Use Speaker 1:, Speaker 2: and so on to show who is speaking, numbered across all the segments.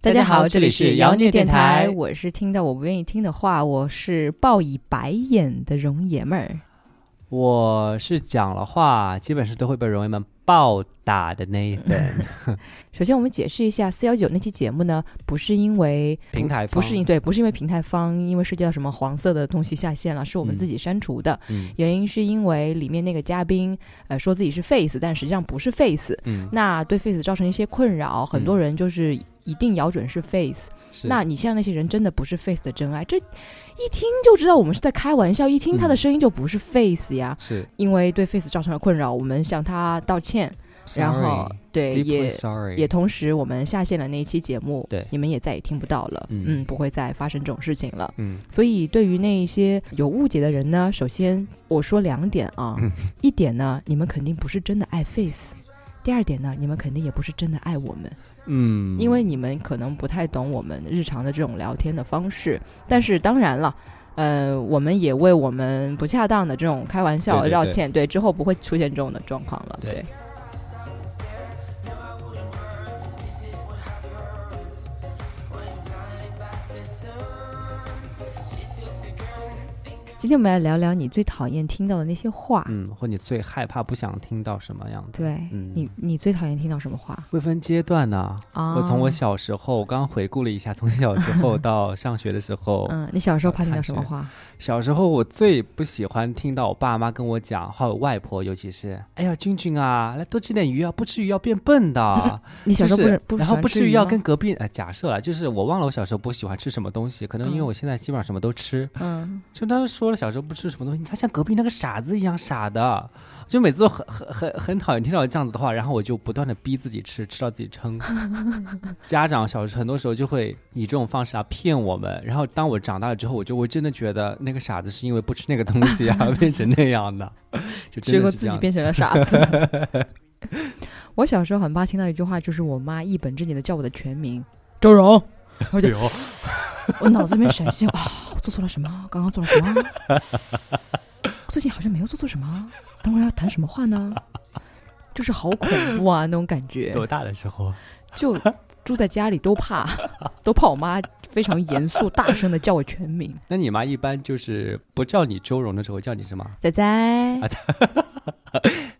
Speaker 1: 大家好，这里是
Speaker 2: 姚念电台
Speaker 1: 我是听到我不愿意听的话，我是报以白眼的容爷们儿。
Speaker 2: 我是讲了话，基本是都会被容爷们暴打的那 一份
Speaker 1: 首先，我们解释一下四幺九那期节目呢，不是因为
Speaker 2: 平台
Speaker 1: 不
Speaker 2: 方
Speaker 1: 是因对，不是因为平台方因为涉及到什么黄色的东西下线了，是我们
Speaker 2: 嗯
Speaker 1: 自己删除的。
Speaker 2: 嗯
Speaker 1: 原因是因为里面那个嘉宾，呃，说自己是 face，但实际上不是 face，
Speaker 2: 嗯，
Speaker 1: 那对 face 造成一些困扰，很多
Speaker 2: 嗯
Speaker 1: 人就是一定咬准是 face。
Speaker 2: 是
Speaker 1: 那你像那些人真的不是 face 的真爱，这一听就知道我们是在开玩笑，一听他的
Speaker 2: 嗯
Speaker 1: 声音就不是 face 呀。
Speaker 2: 是
Speaker 1: 因为对 face 造成了困扰，我们向他道歉，然后
Speaker 2: sorry，
Speaker 1: 对
Speaker 2: deeply
Speaker 1: 也
Speaker 2: sorry
Speaker 1: 也同时我们下线了那一期节目，
Speaker 2: 对
Speaker 1: 你们也再也听不到了，
Speaker 2: 嗯
Speaker 1: 嗯，不会再发生这种事情了。
Speaker 2: 嗯
Speaker 1: 所以，对于那一些有误解的人呢，首先我说两点啊，
Speaker 2: 嗯
Speaker 1: 一点呢，你们肯定不是真的爱 Face；第二点呢，你们肯定也不是真的爱我们，
Speaker 2: 嗯，
Speaker 1: 因为你们可能不太懂我们日常的这种聊天的方式。但是当然了。呃，我们也为我们不恰当的这种开玩笑
Speaker 2: 对对对
Speaker 1: 道歉，对之后不会出现这种的状况了。
Speaker 2: 对
Speaker 1: 对今天我们来聊聊你最讨厌听到的那些话。
Speaker 2: 嗯，或你最害怕不想听到什么样子？
Speaker 1: 对、
Speaker 2: 嗯
Speaker 1: 你，你最讨厌听到什么话
Speaker 2: 未分阶段呢、
Speaker 1: 啊？
Speaker 2: 我从我小时候，我刚刚回顾了一下，从小时 候到上学的时候，
Speaker 1: 嗯，你小时候怕听到
Speaker 2: 呃看
Speaker 1: 什么
Speaker 2: 谁
Speaker 1: 话？
Speaker 2: 小时候我最不喜欢听到我爸妈跟我讲，还有外婆，尤其是，哎呀，君君啊，来多吃点鱼啊，不吃鱼要变笨的。
Speaker 1: 你小时候不
Speaker 2: 就是
Speaker 1: 不
Speaker 2: 然后
Speaker 1: 喜欢
Speaker 2: 不
Speaker 1: 吃
Speaker 2: 吃鱼要
Speaker 1: 吗
Speaker 2: 跟隔壁，呃，假设了，就是我忘了我小时候不喜欢吃什么东西，可能因为
Speaker 1: 嗯
Speaker 2: 我现在基本上什么都吃，
Speaker 1: 嗯
Speaker 2: 就当时说了小时候不吃什么东西，他像隔壁那个傻子一样傻的，就每次都很很很很讨厌听到这样子的话，然后我就不断的逼自己吃，吃到自 己撑。家长小时候很多时候就会以这种方式啊骗我们，然后当我长大了之后，我就会真的觉得那个傻子是因为不吃那个东 西啊变成那样的，就
Speaker 1: 结
Speaker 2: 真
Speaker 1: 果
Speaker 2: 的是
Speaker 1: 自己
Speaker 2: 这样。
Speaker 1: 变成 了傻子。我小时候很怕听到一句话，就是我妈一本正经的叫我的全名周荣，我就
Speaker 2: 哎呦
Speaker 1: 我脑子里面闪现 啊，我做错了什么？刚刚做了什么？ 我最近好像没有做错什么，等会儿要谈什么话呢？就是好恐怖啊，那种感觉，
Speaker 2: 多大的时候？啊
Speaker 1: 就住在家里都怕， 都怕我妈非常严肃大声的叫我全名，
Speaker 2: 那你妈一般就是不叫你周荣的时候叫你什么？
Speaker 1: 仔仔，
Speaker 2: 啊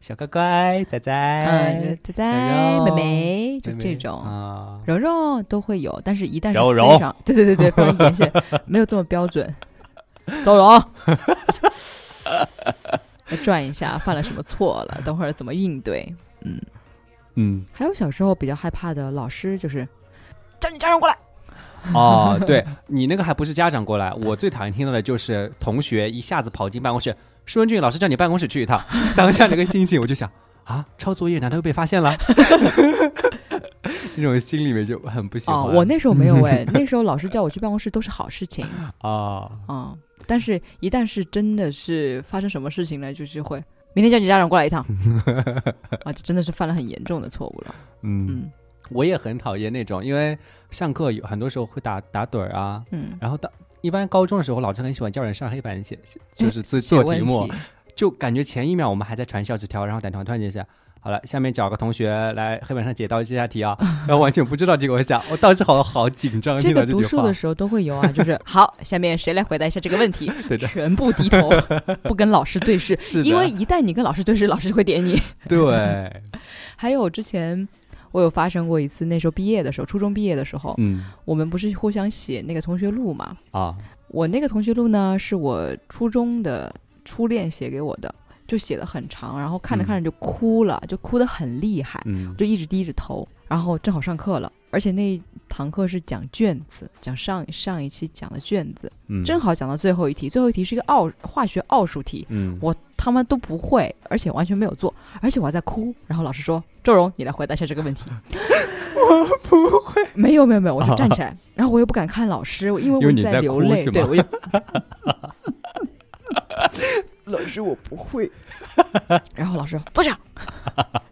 Speaker 2: 小乖乖，仔仔，
Speaker 1: 嗯，仔仔，
Speaker 2: 柔
Speaker 1: 妹
Speaker 2: 柔
Speaker 1: 妹，就
Speaker 2: 妹妹
Speaker 1: 这种。
Speaker 2: 啊。
Speaker 1: 柔柔都会有，但是一旦是
Speaker 2: 柔柔
Speaker 1: 非常 对对对 对，非常严谨，没有这么标准。周柔， 转一下，犯了什么错了？等会儿怎么应对？
Speaker 2: 嗯，
Speaker 1: 还有小时候比较害怕的老师，就是叫你家长过来。
Speaker 2: 哦，对你那个还不是家长过来， 我最讨厌听到的就是同学一下子跑进办公室，舒文俊老师叫你办公室去一趟， 当下那个心情我就想啊，抄作业难道又被发现了？ 那种心里面就很不喜欢。
Speaker 1: 哦，我那时候没有 哎，那时候老师叫我去办公室都是好事情
Speaker 2: 哦
Speaker 1: 啊、嗯但是一旦是真的是发生什么事情呢，就是会明天叫你家长过来 一趟啊，这真的是犯了很严重的错误了。
Speaker 2: 嗯，
Speaker 1: 嗯
Speaker 2: 我也很讨厌那种，因为上课有很多时候会打打盹儿啊，
Speaker 1: 嗯，
Speaker 2: 然后到一般高中的时候，老师很喜欢叫人上黑板写，写就是做
Speaker 1: 哎写
Speaker 2: 做
Speaker 1: 问
Speaker 2: 题目。啊
Speaker 1: 题
Speaker 2: 就感觉前一秒我们还在传小纸条，然后打电话突然间想，好了，下面找个同学来黑板上解到这道题 啊，然后完全不知道结果下，我当时好好紧张，
Speaker 1: 这
Speaker 2: 听
Speaker 1: 个
Speaker 2: 到这
Speaker 1: 读
Speaker 2: 句
Speaker 1: 书
Speaker 2: 话
Speaker 1: 的，时候都会有啊，就是 好，下面谁来回答一下这个问题？
Speaker 2: 对的
Speaker 1: 全部低头，不跟老师对视，
Speaker 2: 是的
Speaker 1: 因为一旦你跟老师对视，老师就会点你。
Speaker 2: 对，
Speaker 1: 还有之前我有发生过一次，那时候毕业的时候，初中毕业的时候，
Speaker 2: 嗯
Speaker 1: 我们不是互相写那个同学录嘛？
Speaker 2: 啊，
Speaker 1: 我那个同学录呢，是我初中的初恋写给我的，就写的很长，然后看着
Speaker 2: 嗯
Speaker 1: 看着就哭了，就哭得很厉害。
Speaker 2: 嗯
Speaker 1: 就一直低着头，然后正好上课了，而且那一堂课是讲卷子，讲上上一期讲的卷子，
Speaker 2: 嗯，
Speaker 1: 正好讲到最后一题，最后一题是一个奥化学奥数题，
Speaker 2: 嗯，
Speaker 1: 我他妈都不会，而且完全没有做，而且我还在哭，然后老师说：“周荣，你来回答一下这个问题。” 我不会，没有没有没有，我就站起来，然后我又不敢看老师，因为
Speaker 2: 因
Speaker 1: 我
Speaker 2: 为
Speaker 1: 一直
Speaker 2: 你在
Speaker 1: 流
Speaker 2: 哭
Speaker 1: 泪，
Speaker 2: 是
Speaker 1: 对
Speaker 2: 吗
Speaker 1: 我就
Speaker 2: 老师我不会，
Speaker 1: 然后老师说坐下，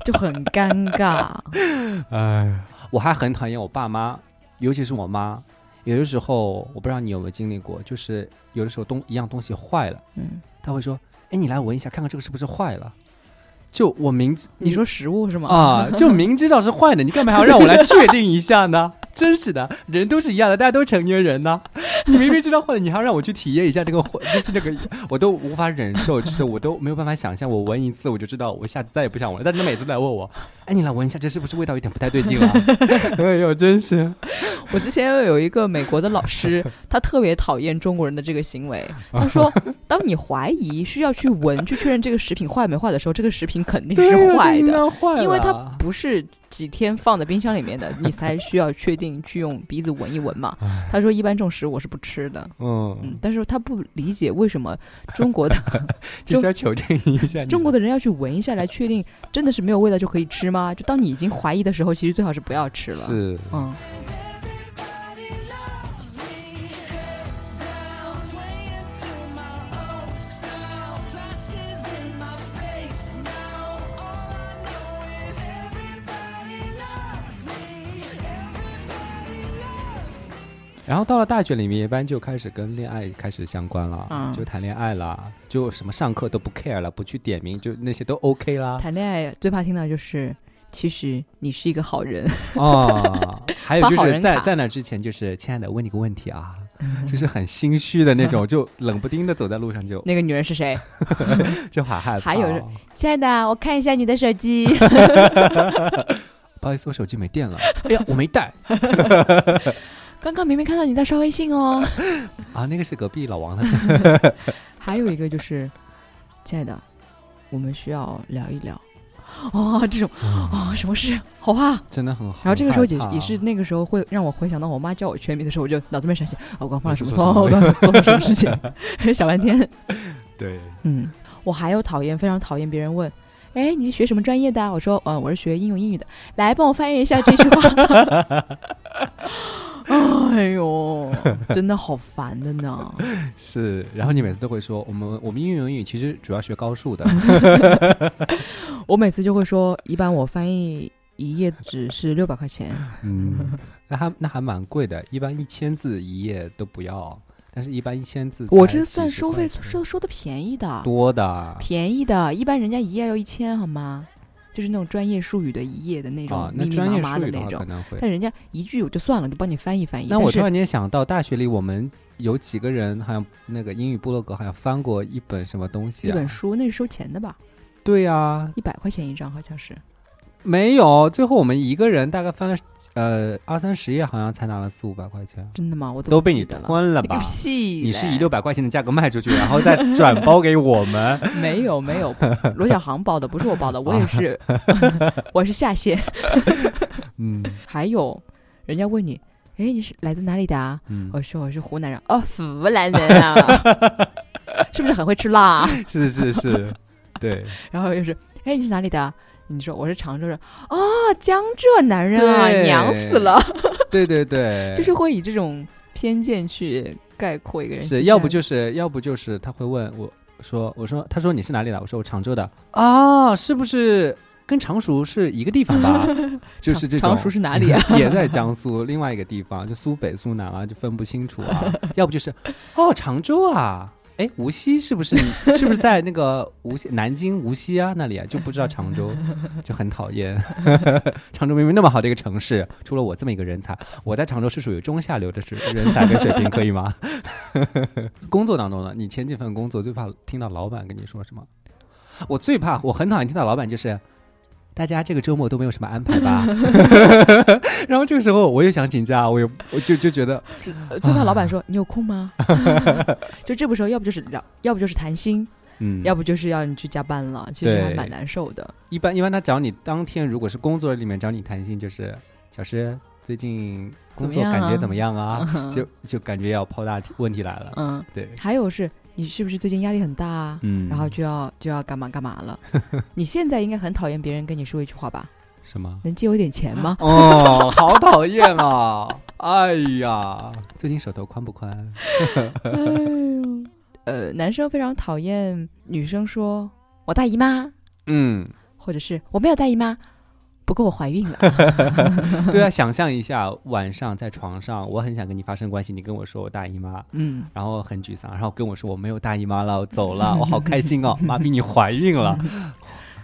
Speaker 1: 就很尴尬。
Speaker 2: 哎，我还很讨厌我爸妈，尤其是我妈，有的时候我不知道你有没有经历过，就是有的时候东一样东西坏了，
Speaker 1: 嗯，
Speaker 2: 他会说，哎，你来闻一下，看看这个是不是坏了。就我明
Speaker 1: 你说食物是吗？
Speaker 2: 啊 啊，就明知道是坏的，你干嘛还要让我来确定一下呢？ 真是的，人都是一样的，大家都成年人呐。你明明知道坏了，你还要让我去体验一下这个坏，就是这个，我都无法忍受，就是我都没有办法想象，我闻一次我就知道，我下次再也不想闻了。但是他每次来问我，哎，你来闻一下，这是不是味道有点不太对劲了、啊？ 哎呦，真是，
Speaker 1: 我之前有一个美国的老师，他特别讨厌中国人的这个行为。他说，当你怀疑需要去闻去确认这个食品坏没坏的时候，这个食品肯定是坏哎的，
Speaker 2: 啊、坏
Speaker 1: 因为它不是几天放在冰箱里面的，你才需要确定去用鼻子闻一闻嘛。他说，一般这种食物我是不吃的。
Speaker 2: 嗯
Speaker 1: 嗯，但是他不理解为什么中国的
Speaker 2: 就是要求证一下，
Speaker 1: 中国的人要去闻一下来确定真的是没有味道就可以吃吗？就当你已经怀疑的时候，其实最好是不要吃了。
Speaker 2: 是，
Speaker 1: 嗯。
Speaker 2: 然后到了大学里面，一般就开始跟恋爱开始相关了，
Speaker 1: 嗯
Speaker 2: 就谈恋爱啦，就什么上课都不 care 了，不去点名，就那些都 OK 啦。
Speaker 1: 谈恋爱最怕听到就是，其实你是一个好人，
Speaker 2: 哦，还有就
Speaker 1: 发好
Speaker 2: 是
Speaker 1: 人
Speaker 2: 在
Speaker 1: 卡
Speaker 2: 在那之前，就是亲爱的，问你个问题啊，就是很心虚的那 种，就冷不丁的走在路上就
Speaker 1: 那个女人是谁？
Speaker 2: 就很害怕。
Speaker 1: 还有是 亲爱的，我看一下你的手 机。
Speaker 2: 不好意思，我手机没电了。 哎呀，我没带
Speaker 1: 刚刚明明看到你在刷微信哦。
Speaker 2: 啊，那个是隔壁老王的。
Speaker 1: 还有一个就是，亲爱的，我们需要聊一聊。哦，这种哦，什么事？好怕。
Speaker 2: 真的很好。
Speaker 1: 然后这个时候也
Speaker 2: 嗯很害怕
Speaker 1: 也是那个时候会让我回想到我妈叫我全名的时候，我就脑子里面闪现，啊我刚犯了什么
Speaker 2: 你
Speaker 1: 错？
Speaker 2: 说什么
Speaker 1: 我刚做了什么事 情？想半天。
Speaker 2: 对，
Speaker 1: 嗯，我还有讨厌，非常讨厌别人问。哎，你是学什么专业的啊？我说，呃，我是学应用英语的。来，帮我翻译一下这句话。 哎呦，真的好烦的呢。
Speaker 2: 是。然后你每次都会说，我们我们应用英语其实主要学高数的，
Speaker 1: 我每次就会说，一般我翻译一页纸是六百块钱。
Speaker 2: 嗯， 那还那还蛮贵的，一般一千字一页都不要，但是一般一千字
Speaker 1: 我
Speaker 2: 才
Speaker 1: 这算
Speaker 2: 几十
Speaker 1: 收费
Speaker 2: 块钱
Speaker 1: 收收的便宜的，
Speaker 2: 多的。
Speaker 1: 便宜的，一般人家一页要一千，好吗？就是那种专业术语的一页的那种
Speaker 2: 啊，那
Speaker 1: 密密
Speaker 2: 专
Speaker 1: 麻
Speaker 2: 业
Speaker 1: 麻
Speaker 2: 术
Speaker 1: 的
Speaker 2: 语的
Speaker 1: 那
Speaker 2: 话
Speaker 1: 种
Speaker 2: 可，能会。
Speaker 1: 但人家一句我就算了，就帮你翻译翻译。
Speaker 2: 那我
Speaker 1: 但
Speaker 2: 突
Speaker 1: 是
Speaker 2: 然间想到，大学里我们有几个人好像那个英语部落格好像翻过一本什么东西、啊，
Speaker 1: 一本书那是收钱的吧？
Speaker 2: 对啊，
Speaker 1: 一百块钱一张，好像是。
Speaker 2: 没有，最后我们一个人大概翻了呃二三十页，好像才拿了四五百块钱，
Speaker 1: 真的吗？我都
Speaker 2: 都
Speaker 1: 不
Speaker 2: 被
Speaker 1: 记
Speaker 2: 你
Speaker 1: 得了。
Speaker 2: 吞了
Speaker 1: 你
Speaker 2: 吧
Speaker 1: 个？屁嘞！
Speaker 2: 你是以六百块钱的价格卖出去，然后再转包给我们，
Speaker 1: 没有没 有，罗小航包的不是我包的，我也是，我是下线。
Speaker 2: 嗯
Speaker 1: 还有人家问你，哎，你是来自哪里的啊？
Speaker 2: 嗯，
Speaker 1: 我说我是湖南人。哦，湖南人 啊，是不是很会吃辣啊？
Speaker 2: 是是是，对，
Speaker 1: 然后又是，哎，你是哪里的啊？你说我是常州人。哦，江浙男人啊，
Speaker 2: 对
Speaker 1: 娘死了！
Speaker 2: 对对对，
Speaker 1: 就是会以这种偏见去概括一个人。其
Speaker 2: 是
Speaker 1: 实
Speaker 2: 要不
Speaker 1: 但
Speaker 2: 就是要不就是他会问我说我说他说你是哪里的？我说我常州的
Speaker 1: 哦
Speaker 2: 啊，是不是跟常熟是一个地 方吧？就是这种
Speaker 1: 常常熟是哪里啊？
Speaker 2: 也在江苏另外一个地方，就苏北苏南啊，就分不清楚 啊。要不就是哦常州啊，哎无锡是不是是不是在那个无锡南京无锡啊那里啊？就不知道常州，就很讨厌。 常州明明那么好的一个城市，除了我这么一个人才，我在常州是属于中下流的水人才跟水平，可以吗？ 工作当中呢，你前几份工作最怕听到老板跟你说什么？我最怕，我很讨厌听到老板就是，大家这个周末都没有什么安排吧？ 然后这个时候我又想请假，我又我就就觉得
Speaker 1: 呃最怕老
Speaker 2: 啊
Speaker 1: 板说你有空吗？ 就这个时候，要不就是聊，要不就是谈心，
Speaker 2: 嗯，
Speaker 1: 要不就是要你去加班了，其实还
Speaker 2: 对
Speaker 1: 蛮难受的。
Speaker 2: 一般一般他找你当天如果是工作里面找你谈心，就是小诗最近工
Speaker 1: 怎么
Speaker 2: 作
Speaker 1: 样啊
Speaker 2: 感觉怎么样啊？就就感觉要抛大题问题来了，
Speaker 1: 嗯，
Speaker 2: 对，
Speaker 1: 还有是你是不是最近压力很大啊？
Speaker 2: 嗯，
Speaker 1: 然后就要就要干嘛干嘛了。 你现在应该很讨厌别人跟你说一句话吧？
Speaker 2: 什么？
Speaker 1: 能借我点钱吗？
Speaker 2: 哦，好讨厌啊！哎呀，最近手头宽不宽？
Speaker 1: 呃，男生非常讨厌女生说“我大姨妈
Speaker 2: 嗯，”
Speaker 1: 或者是“我没有大姨妈”，不过我怀孕 了。
Speaker 2: 对啊，想象一下晚上在床上，我很想跟你发生关系，你跟我说我大姨妈，
Speaker 1: 嗯，
Speaker 2: 然后很沮丧，然后跟我说我没有大姨妈了，我走了，我 好开 心哦，妈逼你怀孕了，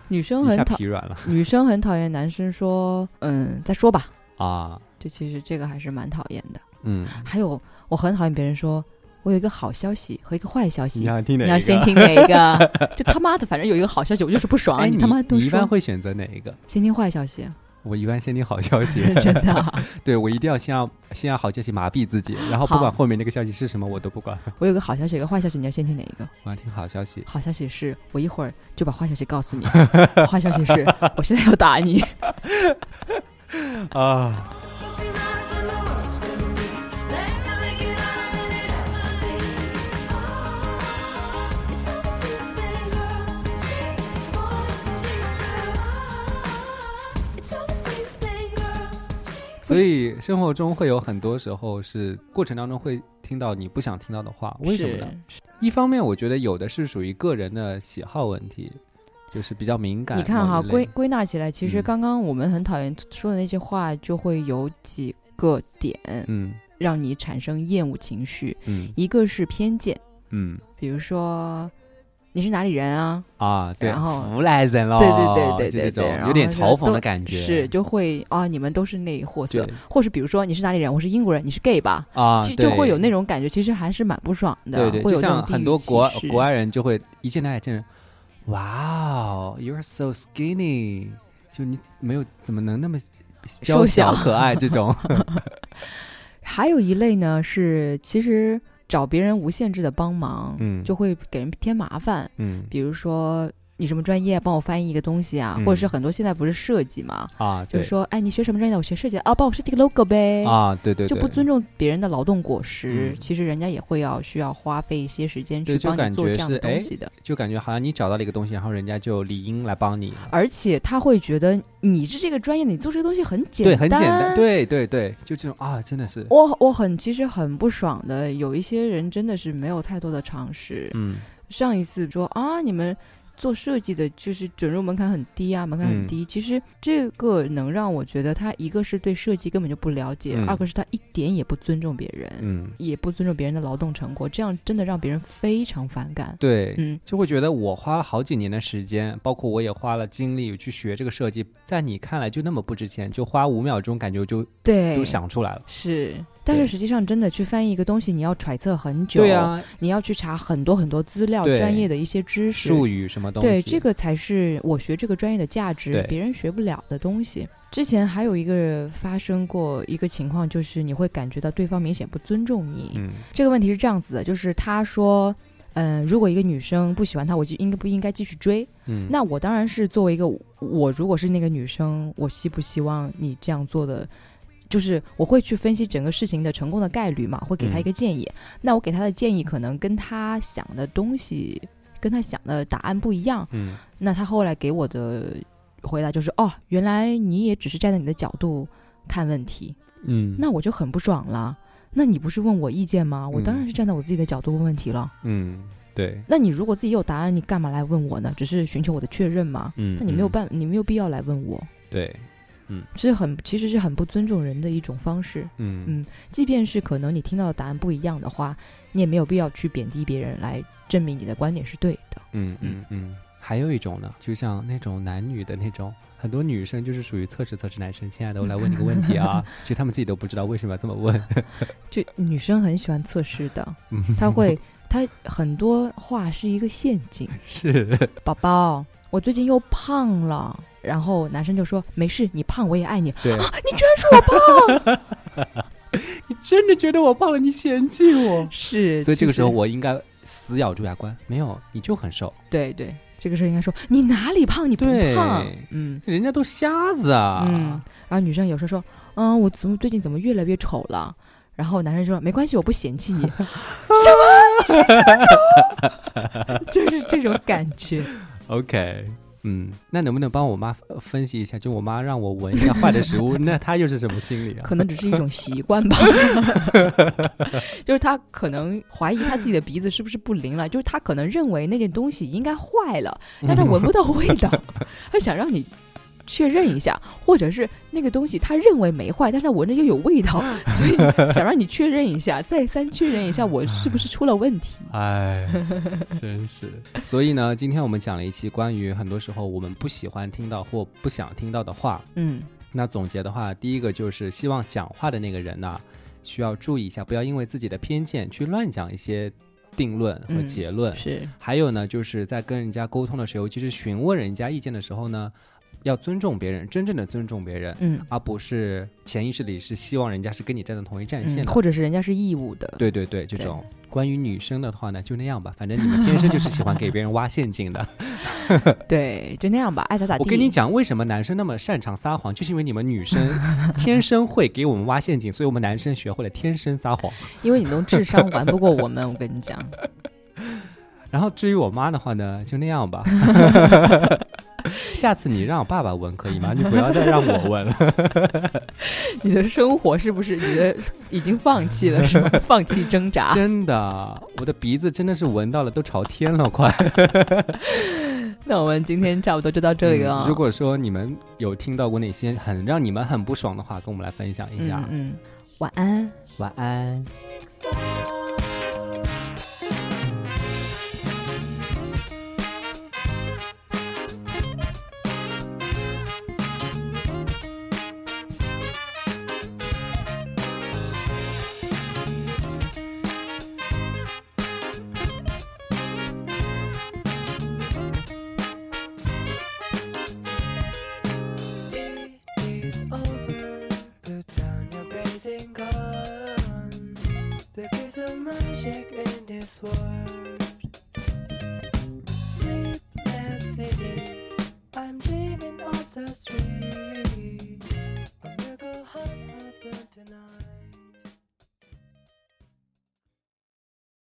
Speaker 1: 女生嗯
Speaker 2: 一
Speaker 1: 很
Speaker 2: 下
Speaker 1: 讨
Speaker 2: 疲软了
Speaker 1: 女生很讨厌男生说“嗯，再说吧
Speaker 2: 啊！”，
Speaker 1: 这其实这个还是蛮讨厌的。
Speaker 2: 嗯，
Speaker 1: 还有，我很讨厌别人说我有一个好消息和一个坏消息，
Speaker 2: 你想听哪
Speaker 1: 你
Speaker 2: 一个？
Speaker 1: 要先听哪一 个？就他妈的，反正有一个好消息，我就是不爽啊。
Speaker 2: 哎，你
Speaker 1: 他妈都
Speaker 2: 你一般
Speaker 1: 说
Speaker 2: 会选择哪一个？
Speaker 1: 先听坏消 息，
Speaker 2: 我一般先听好 消息，
Speaker 1: 真的啊、
Speaker 2: 对我一定要先要先要好消息麻痹自己，然后不
Speaker 1: 好
Speaker 2: 管后面那个消息是什么，我都不管，
Speaker 1: 我有个好消息，有个坏消息，你要先听哪一个？
Speaker 2: 我要听好消息。
Speaker 1: 好消息是我一会儿就把坏消息告 诉你，坏消息是我现在要打你。
Speaker 2: 啊，
Speaker 3: Last time I get out of it, I should Oh, it's all the same thing, girls. Chase boys and chase girls. It's all the same thing, girls. Chase.
Speaker 2: 所以生活中会有很多时候是过程当中会听到你不想听到的话， 为什么呢？
Speaker 1: 是？
Speaker 2: 一方面，我觉得有的是属于个人的喜好问题，就是比较敏感
Speaker 1: 你
Speaker 2: 某一类。
Speaker 1: 看哈，归归纳起来，其实
Speaker 2: 嗯
Speaker 1: 刚刚我们很讨厌说的那些话，就会有几个点
Speaker 2: 嗯
Speaker 1: 让你产生厌恶情绪。
Speaker 2: 嗯
Speaker 1: 一个是偏见，
Speaker 2: 嗯
Speaker 1: 比如说你是哪里人啊？
Speaker 2: 啊，对，
Speaker 1: 然后
Speaker 2: 福来人了，
Speaker 1: 对对对对
Speaker 2: 就
Speaker 1: 对
Speaker 2: 这种
Speaker 1: 对，然
Speaker 2: 有点
Speaker 1: 后
Speaker 2: 嘲讽
Speaker 1: 都
Speaker 2: 的感觉，
Speaker 1: 是就会啊，你们都是那一货色
Speaker 2: 对，
Speaker 1: 或是比如说你是哪里人，我是英国人，你是 gay 吧？
Speaker 2: 啊，
Speaker 1: 就就会有
Speaker 2: 对
Speaker 1: 那种感觉，其实还是蛮不爽的，
Speaker 2: 对对，
Speaker 1: 会
Speaker 2: 就
Speaker 1: 有那种
Speaker 2: 像
Speaker 1: 地
Speaker 2: 很
Speaker 1: 域
Speaker 2: 多
Speaker 1: 歧
Speaker 2: 国
Speaker 1: 视
Speaker 2: 国外人就会一见到眼见人，哇哦，you're so skinny，就你没有怎么能那么娇
Speaker 1: 瘦
Speaker 2: 小
Speaker 1: 小
Speaker 2: 可爱这 种，
Speaker 1: 还有一类呢是其实找别人无限制的帮忙，
Speaker 2: 嗯
Speaker 1: 就会给人添麻烦，
Speaker 2: 嗯
Speaker 1: 比如说。你什么专业？帮我翻译一个东西啊，
Speaker 2: 嗯
Speaker 1: 或者是很多现在不是设计嘛，
Speaker 2: 啊，
Speaker 1: 就
Speaker 2: 对
Speaker 1: 是说，哎，你学什么专业的？我学设计的啊，帮我设计个 logo 呗，
Speaker 2: 啊，对对
Speaker 1: 就
Speaker 2: 对，
Speaker 1: 不尊重别人的劳动果实。
Speaker 2: 嗯
Speaker 1: 其实人家也会要需要花费一些时间
Speaker 2: 对
Speaker 1: 去
Speaker 2: 就
Speaker 1: 帮
Speaker 2: 感
Speaker 1: 你做
Speaker 2: 觉
Speaker 1: 这样的
Speaker 2: 是哎
Speaker 1: 东西的，
Speaker 2: 就感觉好像你找到了一个东西，然后人家就理应来帮你，
Speaker 1: 而且他会觉得你是这个专业的，你做这个东西很简
Speaker 2: 对，很简单，对对对，就这种啊，真的是，
Speaker 1: 我我很其实很不爽的，有一些人真的是没有太多的常识。
Speaker 2: 嗯
Speaker 1: 上一次说啊，你们做设计的，就是准入门槛很低啊，门槛
Speaker 2: 嗯
Speaker 1: 很低。其实这个能让我觉得他一个是对设计根本就不了解，
Speaker 2: 嗯
Speaker 1: 二个是他一点也不尊重别人，
Speaker 2: 嗯，
Speaker 1: 也不尊重别人的劳动成果，这样真的让别人非常反感。
Speaker 2: 对，
Speaker 1: 嗯，
Speaker 2: 就会觉得我花了好几年的时间，包括我也花了精力去学这个设计，在你看来就那么不值钱，就花五秒钟感觉就
Speaker 1: 对
Speaker 2: 都，想出来了。
Speaker 1: 是。但是
Speaker 2: 对
Speaker 1: 实际上，真的去翻译一个东西，你要揣测很久，
Speaker 2: 对啊，
Speaker 1: 你要去查很多很多资料
Speaker 2: 对，
Speaker 1: 专业的一些知识，
Speaker 2: 术语什么东西？
Speaker 1: 对，这个才是我学这个专业的价值
Speaker 2: 对，
Speaker 1: 别人学不了的东西。之前还有一个发生过一个情况，就是你会感觉到对方明显不尊重你。
Speaker 2: 嗯
Speaker 1: 这个问题是这样子的，就是他说。嗯，如果一个女生不喜欢他，我就应该不应该继续追？
Speaker 2: 嗯，
Speaker 1: 那我当然是作为一个我，如果是那个女生，我希不希望你这样做的，就是我会去分析整个事情的成功的概率嘛，会给
Speaker 2: 嗯
Speaker 1: 他一个建议。那我给他的建议可能跟他想的东西，跟他想的答案不一样，
Speaker 2: 嗯
Speaker 1: 那他后来给我的回答就是：哦，原来你也只是站在你的角度看问题，
Speaker 2: 嗯
Speaker 1: 那我就很不爽了。那你不是问我意见吗？我当然是站在我自己的角度问问题了。
Speaker 2: 嗯对
Speaker 1: 那你如果自己有答案，你干嘛来问我呢？只是寻求我的确认吗？
Speaker 2: 嗯，
Speaker 1: 那你没有
Speaker 2: 嗯
Speaker 1: 办，你没有必要来问我，
Speaker 2: 对
Speaker 1: 是很其实是很不尊重人的一种方式。
Speaker 2: 嗯
Speaker 1: 嗯即便是可能你听到的答案不一样的话，你也没有必要去贬低别人来证明你的观点是对的。
Speaker 2: 嗯嗯嗯，还有一种呢，就像那种男女的那种。很多女生就是属于测试测试男生，亲爱的，我来问你个问题啊，其实他们自己都不知道为什么要这么问。
Speaker 1: 就女生很喜欢测试的
Speaker 2: 嗯，
Speaker 1: 她会，她很多话是一个陷阱。
Speaker 2: 是，
Speaker 1: 宝宝，我最近又胖了，然后男生就说没事，你胖我也爱你。
Speaker 2: 对，
Speaker 1: 你居然说我胖，
Speaker 2: 你真的觉得我胖了，你嫌弃我？
Speaker 1: 是
Speaker 2: 所以这个时候我应该死咬住牙关，没有，你就很瘦，
Speaker 1: 对对，这个时候应该说你哪里胖，你不
Speaker 2: 对
Speaker 1: 胖，嗯
Speaker 2: 人家都瞎子啊。
Speaker 1: 嗯。然后女生有时候说，嗯，我怎么最近怎么越来越丑了？然后男生说没关系，我不嫌弃你。什么？你嫌弃我丑？ 就是这种感觉。
Speaker 2: OK，嗯，那能不能帮我妈呃分析一下？就我妈让我闻一下坏的食 物，那她又是什么心理啊？
Speaker 1: 可能只是一种习惯吧，就是他可能怀疑他自己的鼻子是不是不灵了，就是他可能认为那件东西应该坏了，但他闻不到味 道，他想让你确认一下，或者是那个东西他认为没坏，但是他闻着又有味 道，所以想让你确认一下，再三确认一下我是不是出了问题。
Speaker 2: 哎，真是。所以呢，今天我们讲了一期关于很多时候我们不喜欢听到或不想听到的话，
Speaker 1: 嗯，
Speaker 2: 那总结的话，第一个就是希望讲话的那个人呢、需要注意一下，不要因为自己的偏见去乱讲一些定论和
Speaker 1: 嗯
Speaker 2: 结论。
Speaker 1: 是
Speaker 2: 还有呢，就是在跟人家沟通的时候，尤其是询问人家意见的时候呢，要尊重别人，真正的尊重别人，
Speaker 1: 嗯
Speaker 2: 而不是潜意识里是希望人家是跟你站在同一战线
Speaker 1: 嗯，
Speaker 2: 的。
Speaker 1: 或者是人家是义务的，
Speaker 2: 对对对，这
Speaker 1: 对
Speaker 2: 种关于女生的话呢，就那样吧，反正你们天生就是喜欢给别人挖陷阱的。
Speaker 1: 对，就那样吧，爱咋咋地。
Speaker 2: 我跟你讲，为什么男生那么擅长撒谎，就是因为你们 女生天生会给我们挖陷阱，所以我们男生学会了天生撒谎。
Speaker 1: 因为你用智商玩不过我们，我跟你讲，
Speaker 2: 然后至于我妈的话呢，就那 样吧。下次你让爸爸闻可以吗？你不要再让我 闻了。
Speaker 1: 你的生活是不是你 的已经放弃了， 是吗？放弃挣扎。
Speaker 2: 真的，我的鼻子真的是闻到了都朝天了，快。
Speaker 1: 那我们今天差不多就到这里了啊。
Speaker 2: 嗯如果说你们有听到过哪些很让你们很不爽的话，跟我们来分享一下。啊
Speaker 1: 嗯嗯，晚安。
Speaker 2: 晚安。
Speaker 4: It is over. Put down your blazing gun. There is a magic in this world.